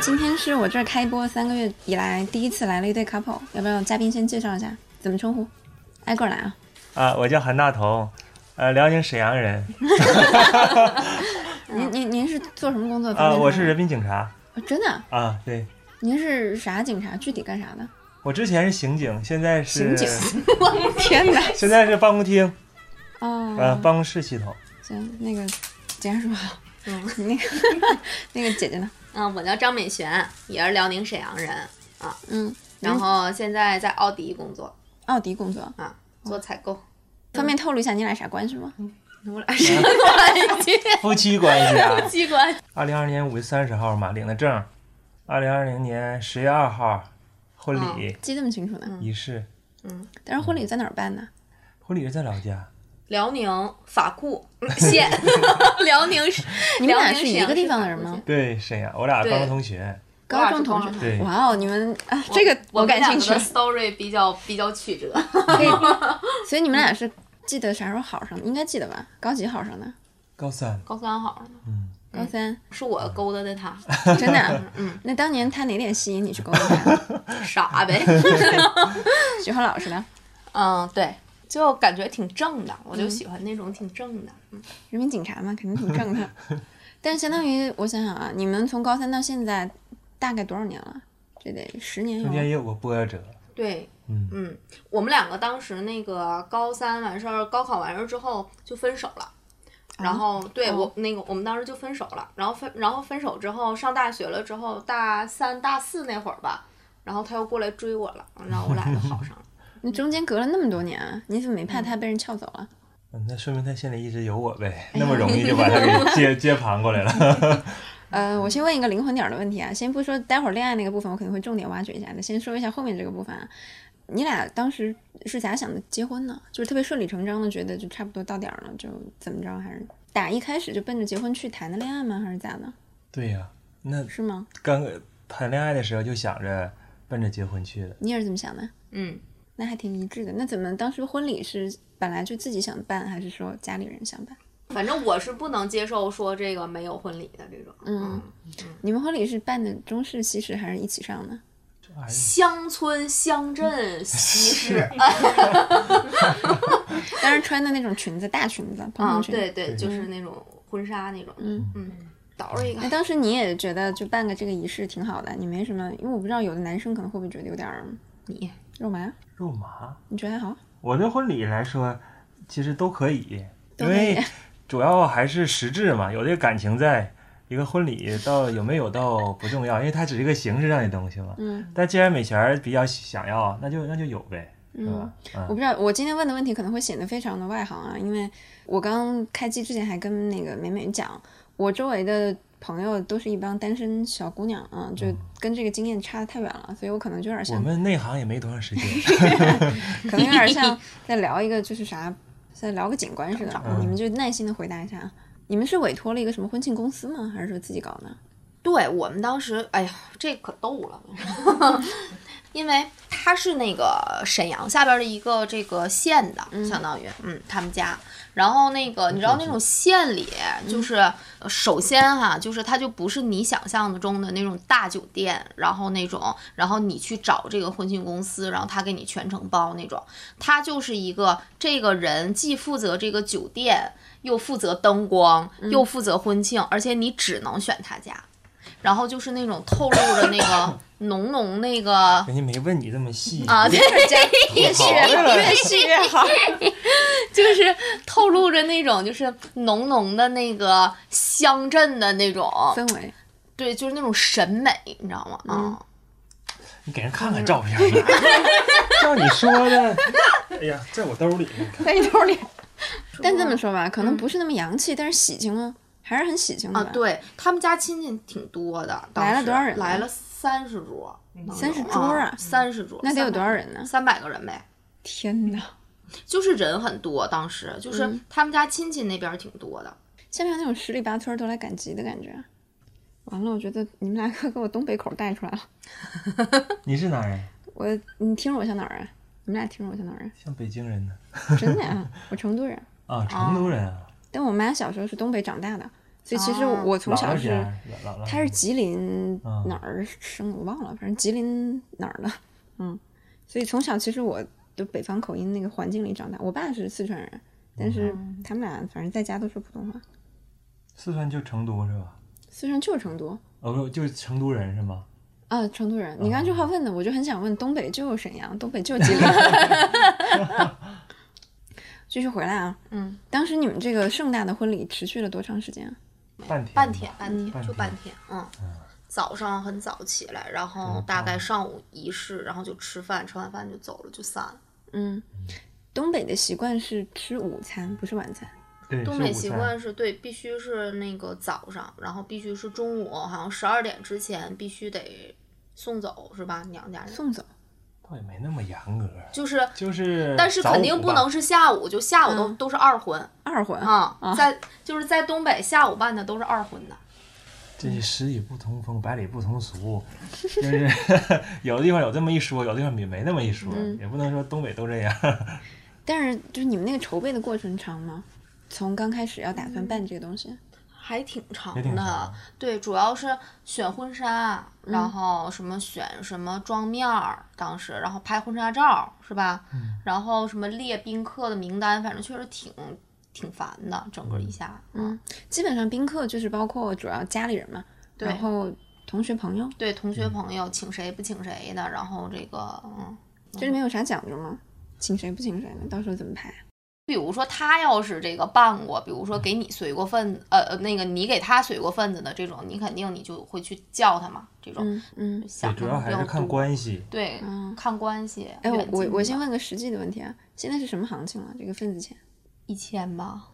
今天是我这儿开播三个月以来第一次来了一对 couple，要不要嘉宾先介绍一下？怎么称呼？挨个儿来啊！啊，我叫韩大同，呃，辽宁沈阳人，嗯您您您是做什么工作？方啊，便我说是人民警察，吗哦真的啊，啊，对，您是啥警察？具体干啥的？我之前是刑警，现在是刑警？ 天哪！现在是办公厅，哦，呃，办公室系统，行，那个简说好， 嗯那个那个姐姐呢？嗯，我叫张美璇，也是辽宁沈阳人，嗯，然后现在在奥迪工作奥迪工作，啊，做采购。方便透露一下你俩啥关系嗯吗？我俩什么关系？夫妻关系啊。 机关二零二年五月三十号嘛，领的证，二零二零年十月二号婚礼记这么清楚嗯呢？仪式，但是婚礼在哪儿办呢？婚礼是在老家，辽宁法 库县， 辽宁是你们俩辽宁是沈一阳个地方的市人法吗库？对，沈阳，我俩对高中同学，高中同学。对，哇哦，你们啊，这个我感兴趣 们两个的。story 比较比较曲折， 可以，所以你们嗯俩是记得啥时候好上的？应该记得吧？高几好上的？高三，高三好呢，嗯高三，是我勾搭的他，嗯真的啊？ 那当年他哪点吸引你去勾搭他？傻 呗。学好老实的。嗯，对，就感觉挺正的，嗯我就喜欢那种挺正的。人民警察嘛，肯定挺正 的。但是相当于我想想啊，你们从高三到现在大概多少年了？这得十年有中了间也有过波折，对，嗯嗯，我们两个当时那个高三完事儿，高考完事儿之后就分手了。然后对、哦我那个，我们当时就分手了。然后分，然后分手之后上大学了之后，大三大四那会儿吧，然后他又过来追我了，然后我俩就好 上了。那中间隔了那么多年啊，你怎么没怕他被人撬走了？嗯那说明他心里一直有我呗，那么容易就把他给接接盘过来了。呃，我先问一个灵魂点儿的问题啊，先不说待会儿恋爱那个部分，我肯定会重点挖掘一下的，先说一下后面这个部分啊。你俩当时是咋想的结婚呢？就是特别顺理成章的觉得就差不多到点儿了，就怎么着？还是打一开始就奔着结婚去谈的恋爱吗？还是咋的？对呀、那是吗？刚谈恋爱的时候就想着奔着结婚去了，你也是这么想的？嗯，那还挺一致的。那怎么当时婚礼是本来就自己想办，还是说家里人想办？反正我是不能接受说这个没有婚礼的这种。嗯，你们婚礼是办的中式、西式，还是一起上呢？哎呀乡村嗯乡镇西式当然穿的那种裙子，大裙子，蓬啊，蓬裙。对对，就是那种婚纱那种。嗯嗯，倒着一个那哎当时你也觉得就办个这个仪式挺好的，你没什么，因为我不知道有的男生可能会不会觉得有点儿你。肉麻，肉麻。你觉得还好？我对婚礼来说，其实都可以，都因可以为主要还是实质嘛，有这个感情在。一个婚礼到有没有到不重要，因为它只是一个形式上的东西嘛。嗯。但既然美泉儿比较想要，那就那就有呗，是吧？嗯我不知道，我今天问的问题可能会显得非常的外行啊，因为我刚开机之前还跟那个美美讲，我周围的朋友都是一帮单身小姑娘啊，就跟这个经验差得太远了，所以我可能就有点嗯像，我们内行也没多长 时间。可能有点 像在聊一个就是啥，在聊个景观似的，嗯你们就耐心的回答一下。啊。你们是委托了一个什么婚庆公司吗？还是说自己搞的？对我们当时，哎呀，这可逗了，因为他是那个沈阳下边的一个这个县的，相当于，嗯，他们家。然后那个你知道那种县里，就是呃首先哈、就是它就不是你想象中的那种大酒店，然后那种，然后你去找这个婚庆公司，然后他给你全程包那种，他就是一个这个人既负责这个酒店，又负责灯光，又负责婚庆，而且你只能选他家。然后就是那种透露着那个浓浓那个人家没问你这么细 啊，对，越是越细越 好。 就是透露着那种就是浓浓的那个乡镇的那 种，氛围，对，就是那种审美，你知道吗？嗯啊，你给人看看照片儿吧，照你说的。哎呀，在我兜里呢。在你兜里。但这么说吧，可能不是那么洋气，但是喜庆啊，还是很喜庆的啊吧。，对他们家亲戚挺多的，当来了时多少人啊来了三十桌， 30桌啊三十桌，那得有多少人呢？三百个人呗，天 哪！就是人很多，当时就是嗯他们家亲戚那边儿挺多的，像不像那种十里八村都来赶集的感觉？完了，我觉得你们俩可给我东北口带出来了。你是哪人？我，你听着我像哪儿人？你们俩听着我像哪儿啊人？像北京人呢？ 真的呀、我成都人，啊，成都人啊。但我妈小时候是东北长大的，所以其实哦我从姥小姥是，家，姥姥他是吉林嗯哪儿生的我忘了，反正吉林哪儿的，嗯，所以从小其实我就北方口音那个环境里长大。我爸是四川人，但是他们俩反正在家都说普通话，四川就成都是吧？四川就是成都哦不，就成都人是吗？啊，成都人。你刚才这话问的，我就很想问，东北就有沈阳，东北就有吉林。继续回来啊，嗯，当时你们这个盛大的婚礼持续了多长时间啊？半天，半天，，半嗯天，就半半天，嗯。早上很早起来，然嗯后大概上午仪式，然后就吃饭，吃完饭就走了，就散了。嗯，东北的习惯是吃午餐，不是晚餐。对，东是北午习餐惯是对，必须是那个早上，然后必须是中午，好像十二点之前必须得送走，是吧？娘家人送走，倒也没那么严格，就是，就是但是早肯午定不吧能是下午，就下午都、都是二婚二婚啊，在就是在东北下午办的都是二婚的，这是十里不同风，百里不同俗，就是 有的地方有这么一说，有的地方也没那么一说，嗯也不能说东北都这样。但是就是你们那个筹备的过程长吗？从刚开始要打嗯算办这个东西，还挺长也挺长的的。对，主要是选婚纱，然后什么选什么妆面儿，当时然后拍婚纱照是吧？嗯然后什么列宾客的名单，反正确实挺挺烦的，整个一下。嗯，基本上宾客就是包括主要家里人嘛，对然后同学朋友，对，同嗯学朋友请谁不请谁的，然后这个嗯。这里面有啥讲究吗？请谁不请谁呢？到时候怎么排？啊比如说他要是这个办过，比如说嗯给你随过份子，呃呃，那个你给他随过份子的这种，你肯定你就会去叫他嘛，这种、嗯嗯，想对，的主要比还较是看多，关系。对，嗯看关系。哎，我远我近我吧先问个实际的问题啊，现在是什么行情啊？这个份子钱，一千吧，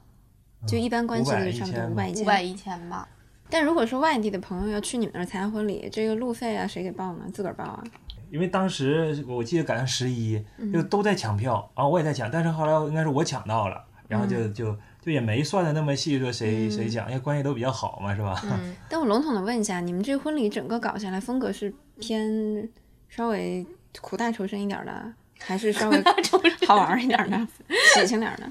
就一般关系500就差不多1000嗯五百一五百千。一千 吧。但如果说外地的朋友要去你们那儿参加婚礼，这个路费啊，谁给报呢？自个儿报啊？因为当时我记得赶上十一，嗯就都在抢票，啊，我也在抢，但是后来应该是我抢到了，然后就、嗯就就也没算的那么细，说谁、谁抢，因为关系都比较好嘛，是吧？嗯，但我笼统的问一下，你们这个婚礼整个搞下来，风格是偏稍微苦大仇深一点儿的，还是稍微好玩儿一点儿的、喜庆点儿的？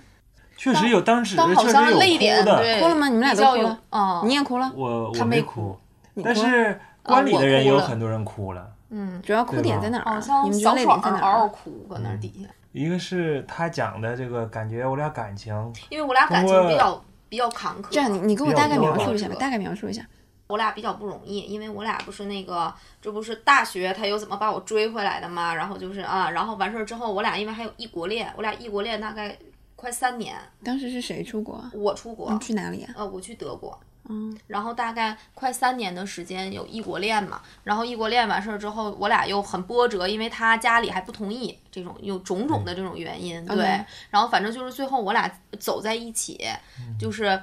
确实有，当时但好确像实有泪点哭的，对哭了吗你们俩比都较哭有了啊，你也哭了，我他我没没哭，啊你哭但了，是观里我的人哭也有了很多人哭了。嗯，主要哭对点吧在哪儿好啊？像你们觉得小泪爽点在嗷哪儿嗷啊？哭，搁那儿底下，一个是他讲的这个，感觉我俩感情因为我俩感通情过比较比较坎坷。这样，你你给我比较大概多描吧述一下吧这，个大概描述一下。我俩比较不容易，因为我俩不是那个，这不是大学他又怎么把我追回来的嘛？然后就是啊，然后完事儿之后，我俩因为还有异国恋，我俩异国恋大概快三年，当时是谁出国啊？我出国，你去哪里啊？呃，我去德国，嗯，然后大概快三年的时间有异国恋嘛，然后异国恋完事儿之后，我俩又很波折，因为他家里还不同意，这种有种种的这种原因，对 OK 然后反正就是最后我俩走在一起，嗯就是。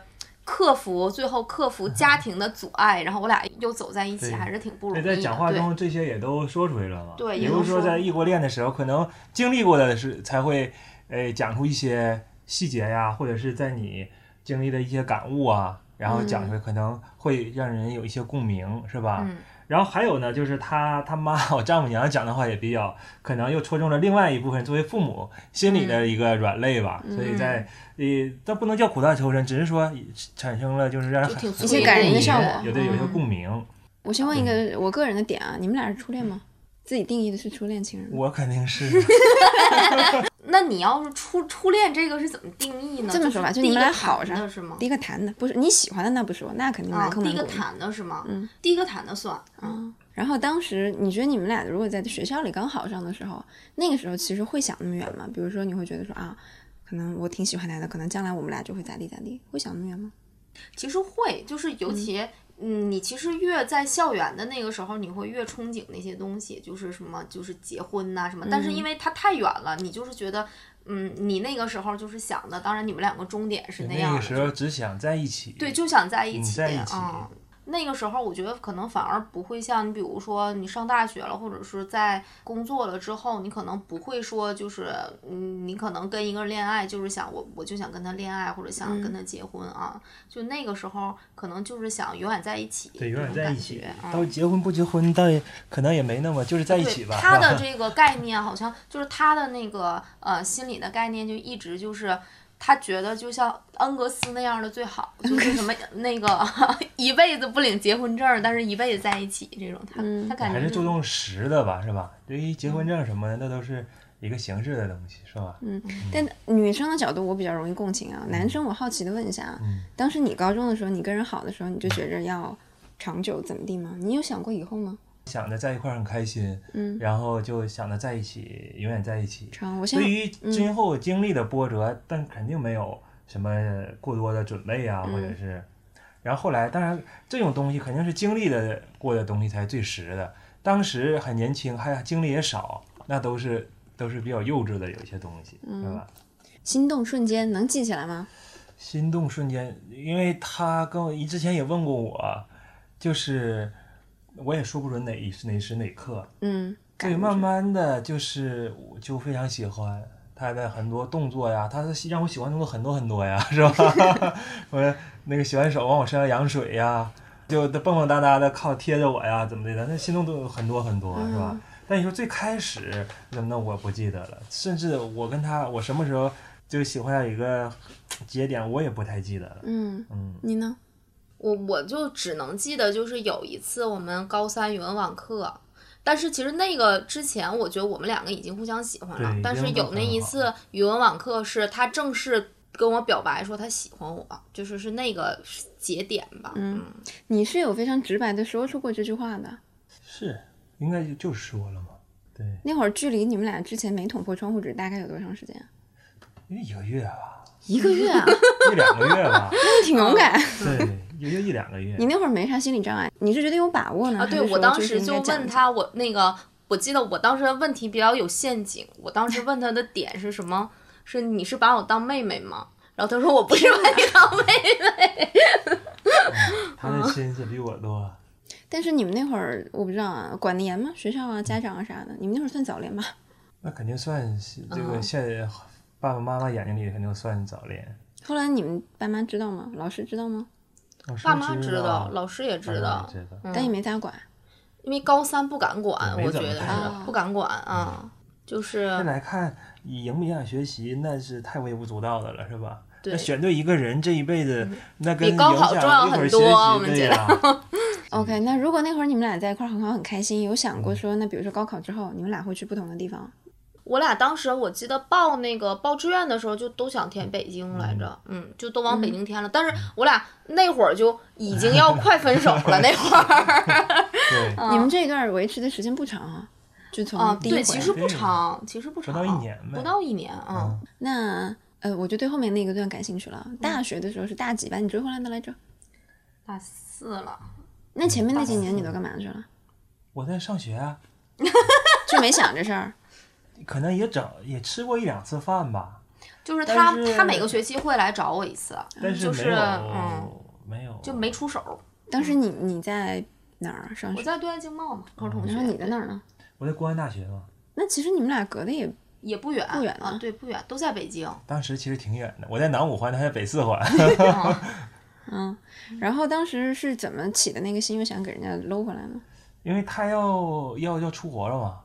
克服最后克服家庭的阻碍，然后我俩又走在一起，对还是挺不容对，易的。在讲话对中这些也都说出来了嘛。对比也都如说说在异国恋的时候，可能经历过的是才会，呃，讲出一些细节呀，或者是在你经历的一些感悟啊，然后讲出来，可能会让人有一些共鸣，是吧？嗯然后还有呢，就是他他妈，我丈母娘讲的话也比较，可能又戳中了另外一部分作为父母心里嗯的一个软肋吧。所以在呃，这不能叫苦大仇深，只是说产生了就是让人就挺很一些感人的效果有对有一些嗯共鸣。我先问一嗯个我个人的点啊，你们俩是初恋吗？自己定义的是初恋情人吗？我肯定 是那你要是初初恋这个是怎么定义呢？这么说吧就就是你们俩第一个好谈上的是吗？第一个谈的不是你喜欢的，那不说，那肯定啊满，坑第一满个谷。谈的是吗？嗯，第一个谈的算。嗯，啊，然后当时你觉得你们俩如果在学校里刚好上的时候，那个时候其实会想那么远吗？比如说你会觉得说啊，可能我挺喜欢他的，可能将来我们俩就会咋地咋地，会想那么远吗？其实会，就是尤其。嗯你其实越在校园的那个时候，你会越憧憬那些东西，就是什么，就是结婚呐、什么。但是因为它太远了，你就是觉得，嗯，你那个时候就是想的，当然你们两个终点是那样那个的，时候只想在一起，对，就想在一嗯起，在一起嗯。那个时候，我觉得可能反而不会像你，比如说你上大学了，或者是在工作了之后，你可能不会说就是，嗯，你可能跟一个人恋爱，就是想我我就想跟他恋爱，或者想跟他结婚啊。就那个时候，可能就是想永远在一起，对，永远在一起。嗯、到结婚不结婚，倒也可能也没那么，就是在一对起吧。他 是的吧这个概念好像就是他的那个呃心理的概念，就一直就是他觉得就像恩格斯那样的最好， 就是什么那个一辈子不领结婚证，但是一辈子在一起这种，他、嗯他感觉嗯还是是注重实的吧，是吧？对于结婚证什么的，那都是一个形式的东西，是吧？嗯，但女生的角度我比较容易共情啊，男生我好奇的问一下啊，嗯当时你高中的时候，你跟人好的时候，你就觉着要长久怎么地吗？你有想过以后吗？想着在一块儿很开心，嗯，然后就想着在一起，永远在一起。长，我现在对于今后经历的波折，但肯定没有什么过多的准备啊，或者是，然后后来，当然这种东西肯定是经历的过的东西才是最实的。当时很年轻，还经历也少，那都是都是比较幼稚的，有一些东西，是吧？心动瞬间能记起来吗？心动瞬间，因为他跟我之前也问过我，就是我也说不准哪一是哪时哪刻，嗯，感对，觉慢慢的就是我就非常喜欢他的很多动作呀，他是让我喜欢动作很多很多呀， 是吧？我那个洗完手往我身上扬水呀，就蹦蹦哒哒的靠贴着我呀，怎么的？那心动都有很多很多，是吧？但你说最开始怎么的，我不记得了，甚至我跟他，我什么时候就喜欢上一个节点，我也不太记得了。嗯，嗯，你呢？我我就只能记得，就是有一次我们高三语文网课，但是其实那个之前，我觉得我们两个已经互相喜欢了对，但是有那一次语文网课是他正式跟我表白说他喜欢我，就是是那个节点吧，嗯，你是有非常直白的说出过这句话的。是，应该就就说了嘛。对，那会儿距离你们俩之前没捅破窗户纸大概有多长时间啊？因为一个月吧，一个月 啊，一两个月吧。你挺勇敢。对，也就一两个月你。那会儿没啥心理障碍，你是觉得有把握呢？啊，对还是说我当就时是应就该讲问一下，他，我那个我记得我当时的问题比较有陷阱，我当时问他的点是什么？是你是把我当妹妹吗？然后他说我不是把你当妹妹， 他的心思比我多，但是你们那会儿我不知道啊，管得严吗？学校啊、家长啊啥的，你们那会儿算早恋吧？那肯定算是这个现在爸爸妈妈眼睛里肯定算早恋。后来你们爸妈知道吗？老师知道吗？老师爸妈知知道，老师也爸知妈道也。哎知道。嗯但也没咋管。因为高三不敢管，没我怎觉么得看嗯啊是不敢管啊，就是现在看影不影响学习，那是太微不足道的了，是吧？对嗯那选对一个人，这一辈子那跟比高考影响重要一会儿很学多习我们对觉得 呀 OK，那如果那会儿你们俩在一块儿很好很开心，有想过说，那比如说高考之后，你们俩会去不同的地方？我俩当时我记得报那个报志愿的时候，就都想填北京来着，嗯，就都往北京填了。但是我俩那会儿就已经 要快分手了，那会儿对，你们这一段维持的时间不长啊，就从啊，第一回。嗯对，其实不长，其实不长，不到一年呗嗯不到一年啊。那呃，我就对后面那个段感兴趣了。大学的时候是大几把你追回来的来着？大四了，嗯那前面那几年你都干嘛去了？我在上学啊，就没想这事 儿。可能也整也吃过一两次饭吧，嗯就是但他是他每个学期会来找我一次，但是就没是有、嗯没有就没出手。当时你你在哪儿啊上我学？在对外经贸嘛，嗯高中同然后你学在哪儿呢？我在公安大学嘛，那其实你们俩隔得也也不远，不远啊啊，对，不远，都在北 京。当时其实挺远的，我在南五环，他在北四环。嗯嗯。然后当时是怎么起的那个心，又想给人家搂回来呢？因为他要要要出国了嘛，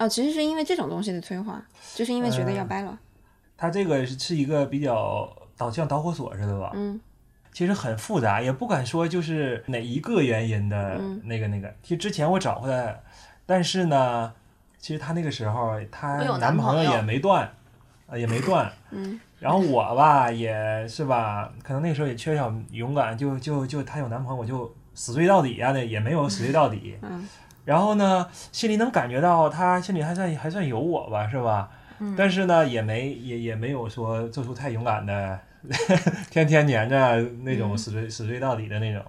哦，其实是因为这种东西的催化，就是因为觉得嗯要掰了。他这个是是一个比较导像导火索似的吧，嗯其实很复杂，也不敢说就是哪一个原因的那个那个。其实之前我找回来，但是呢，其实他那个时候她没有男男朋友友也没断，呃也没断，嗯， 然后我吧也是吧，可能那时候也缺少勇敢，就就就她有男朋友我就死追到底呀、的，也没有死追到底。嗯然后呢，心里能感觉到他心里还算还算有我吧，是吧？但是呢，也没也也没有说做出太勇敢的， 天天黏着那种死追、死追到底的那种。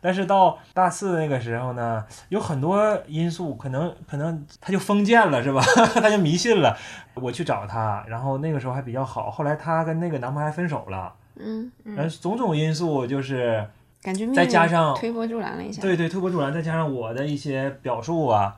但是到大四那个时候呢，有很多因素，可能可能他就封建了，是吧？ 他就迷信了。我去找他，然后那个时候还比较好，后来他跟那个男朋友还分手了，嗯，然后种种因素就是感觉命再运加上推波助澜了一下。对对，推波助澜，再加上我的一些表述啊，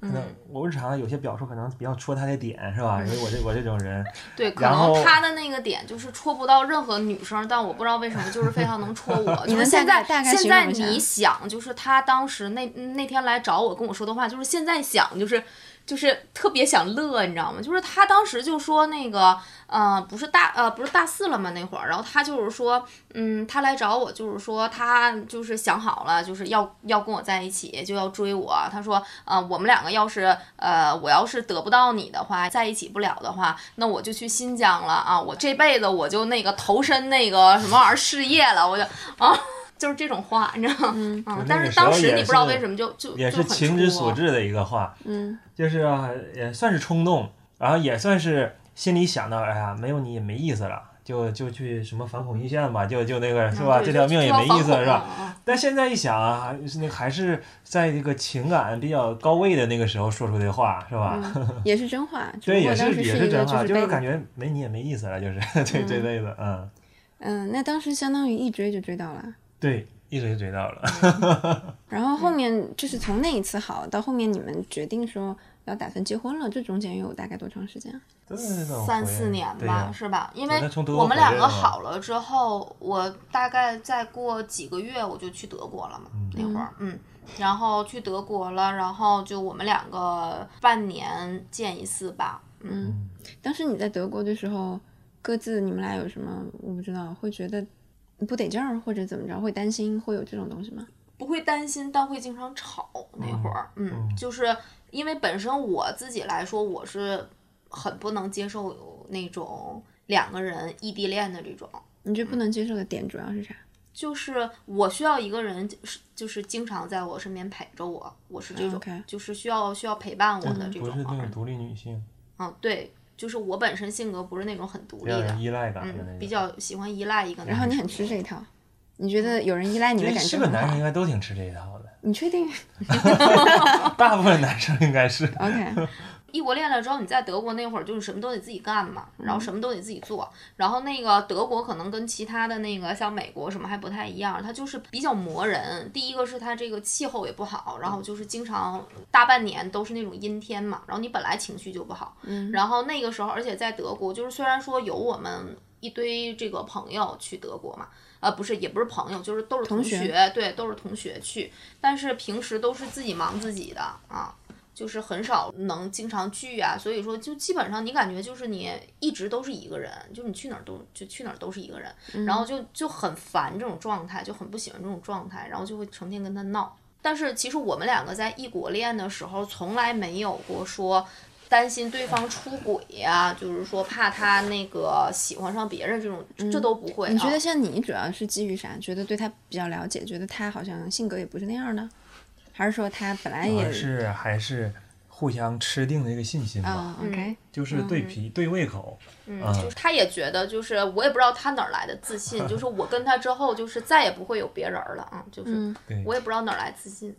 可能我日常有些表述可能比较戳他的点，是吧？因为我这我这种人，对，可然后能他的那个点就是戳不到任何女生，但我不知道为什么就是非常能戳 我。你就能是现在，大概大概现形在容一下你想，就是他当时那那天来找我跟我说的话，就是现在想，就是就是特别想乐，你知道吗？就是他当时就说那个，呃，不是大呃不是大四了嘛那会儿，然后他就是说，嗯，他来找我，就是说他就是想好了，就是要要跟我在一起，就要追我。他说，呃，我们两个要是呃我要是得不到你的话，在一起不了的话，那我就去新疆了啊！我这辈子我就那个投身那个什么玩意儿事业了，我就啊。 就是这种话，你知道吗？嗯，就那但个是时候当时也你不知道是为什么就就也就是很情之戳所至的一个话，嗯，就是、啊、也算是冲动，然后也算是心里想到，哎呀，没有你也没意思了，就就去什么反恐一线吧，就就那个是嗯吧？对这就条命也就没防意思火是吧？嘛？嗯但现在一想啊，还是那个还是在这个情感比较高位的那个时候说出的话是吧？嗯也是真话，只 对，不也过当是时也一个真话，是就是被感觉没你也没意思了，就是 这这辈子，嗯，嗯，那当时相当于一追就追到了。对，一追追到 了，然后嗯后面就是从那一次好到后面你们决定说要打算结婚了，这中间有大概多长时间啊？真的是三四年嗯对吧，呀是吧？因对为那从德国我们回来啊两个了好了之后，我大概再过几个月我就去德国了嘛，那会儿，嗯，然后去德国了，然后就我们两个半年见一次吧，嗯，当时你在德国的时候，各自你们俩有什么我不知道，会觉得不得劲儿或者怎么着，会担心会有这种东西吗？不会担心，但会经常吵那会儿，嗯，就是因为本身我自己来说，我是很不能接受有那种两个人异地恋的这种。你这不嗯能接受的点主要是啥？就是我需要一个人，就是就是经常在我身边陪着我，我是这种啊 OK 就是需要需要陪伴我的嗯这不种是那啊种独立女性，啊，对，就是我本身性格不是那种很比独立较有的，依赖感的那嗯，种，比较喜欢依赖一个男人。然后你很吃这一套，你觉得有人依赖你的这感觉是个很男好生应该都挺吃这一套的，你确 定大部分男生应该 是， ？OK，异国恋了之后，你在德国那会儿就是什么都得自己干嘛，然嗯后什么都得自己做。然后那个德国可能跟其他的那个像美国什么还不太一样，它就是比较磨人。第一个是它这个气候也不好，然后就是经常大半年都是那种阴天嘛，然后你本来情绪就不好。然后那个时候，而且在德国，就是虽然说有我们一堆这个朋友去德国嘛。呃，不是，也不是朋友，就是都是同学对，都是同学去，但是平时都是自己忙自己的啊，就是很少能经常聚啊，所以说就基本上你感觉就是你一直都是一个人，就你去哪儿都就去哪儿都是一个人，嗯然后就就很烦这种状态，就很不喜欢这种状态，然后就会成天跟他闹。但是其实我们两个在异国恋的时候，从来没有过说担心对方出轨呀、就是说怕他那个喜欢上别人这种，这都不会、啊。嗯你觉得像你主要是基于啥？觉得对他比较了解，觉得他好像性格也不是那样的，还是说他本来也还是还是互相吃定的一个信心吧，啊、o 嗯 k 就是对皮对胃口，嗯，就是他也觉得，就是我也不知道他哪儿来的自信，就是我跟他之后，就是再也不会有别人儿了啊，就是嗯对我也不知道哪儿来自信。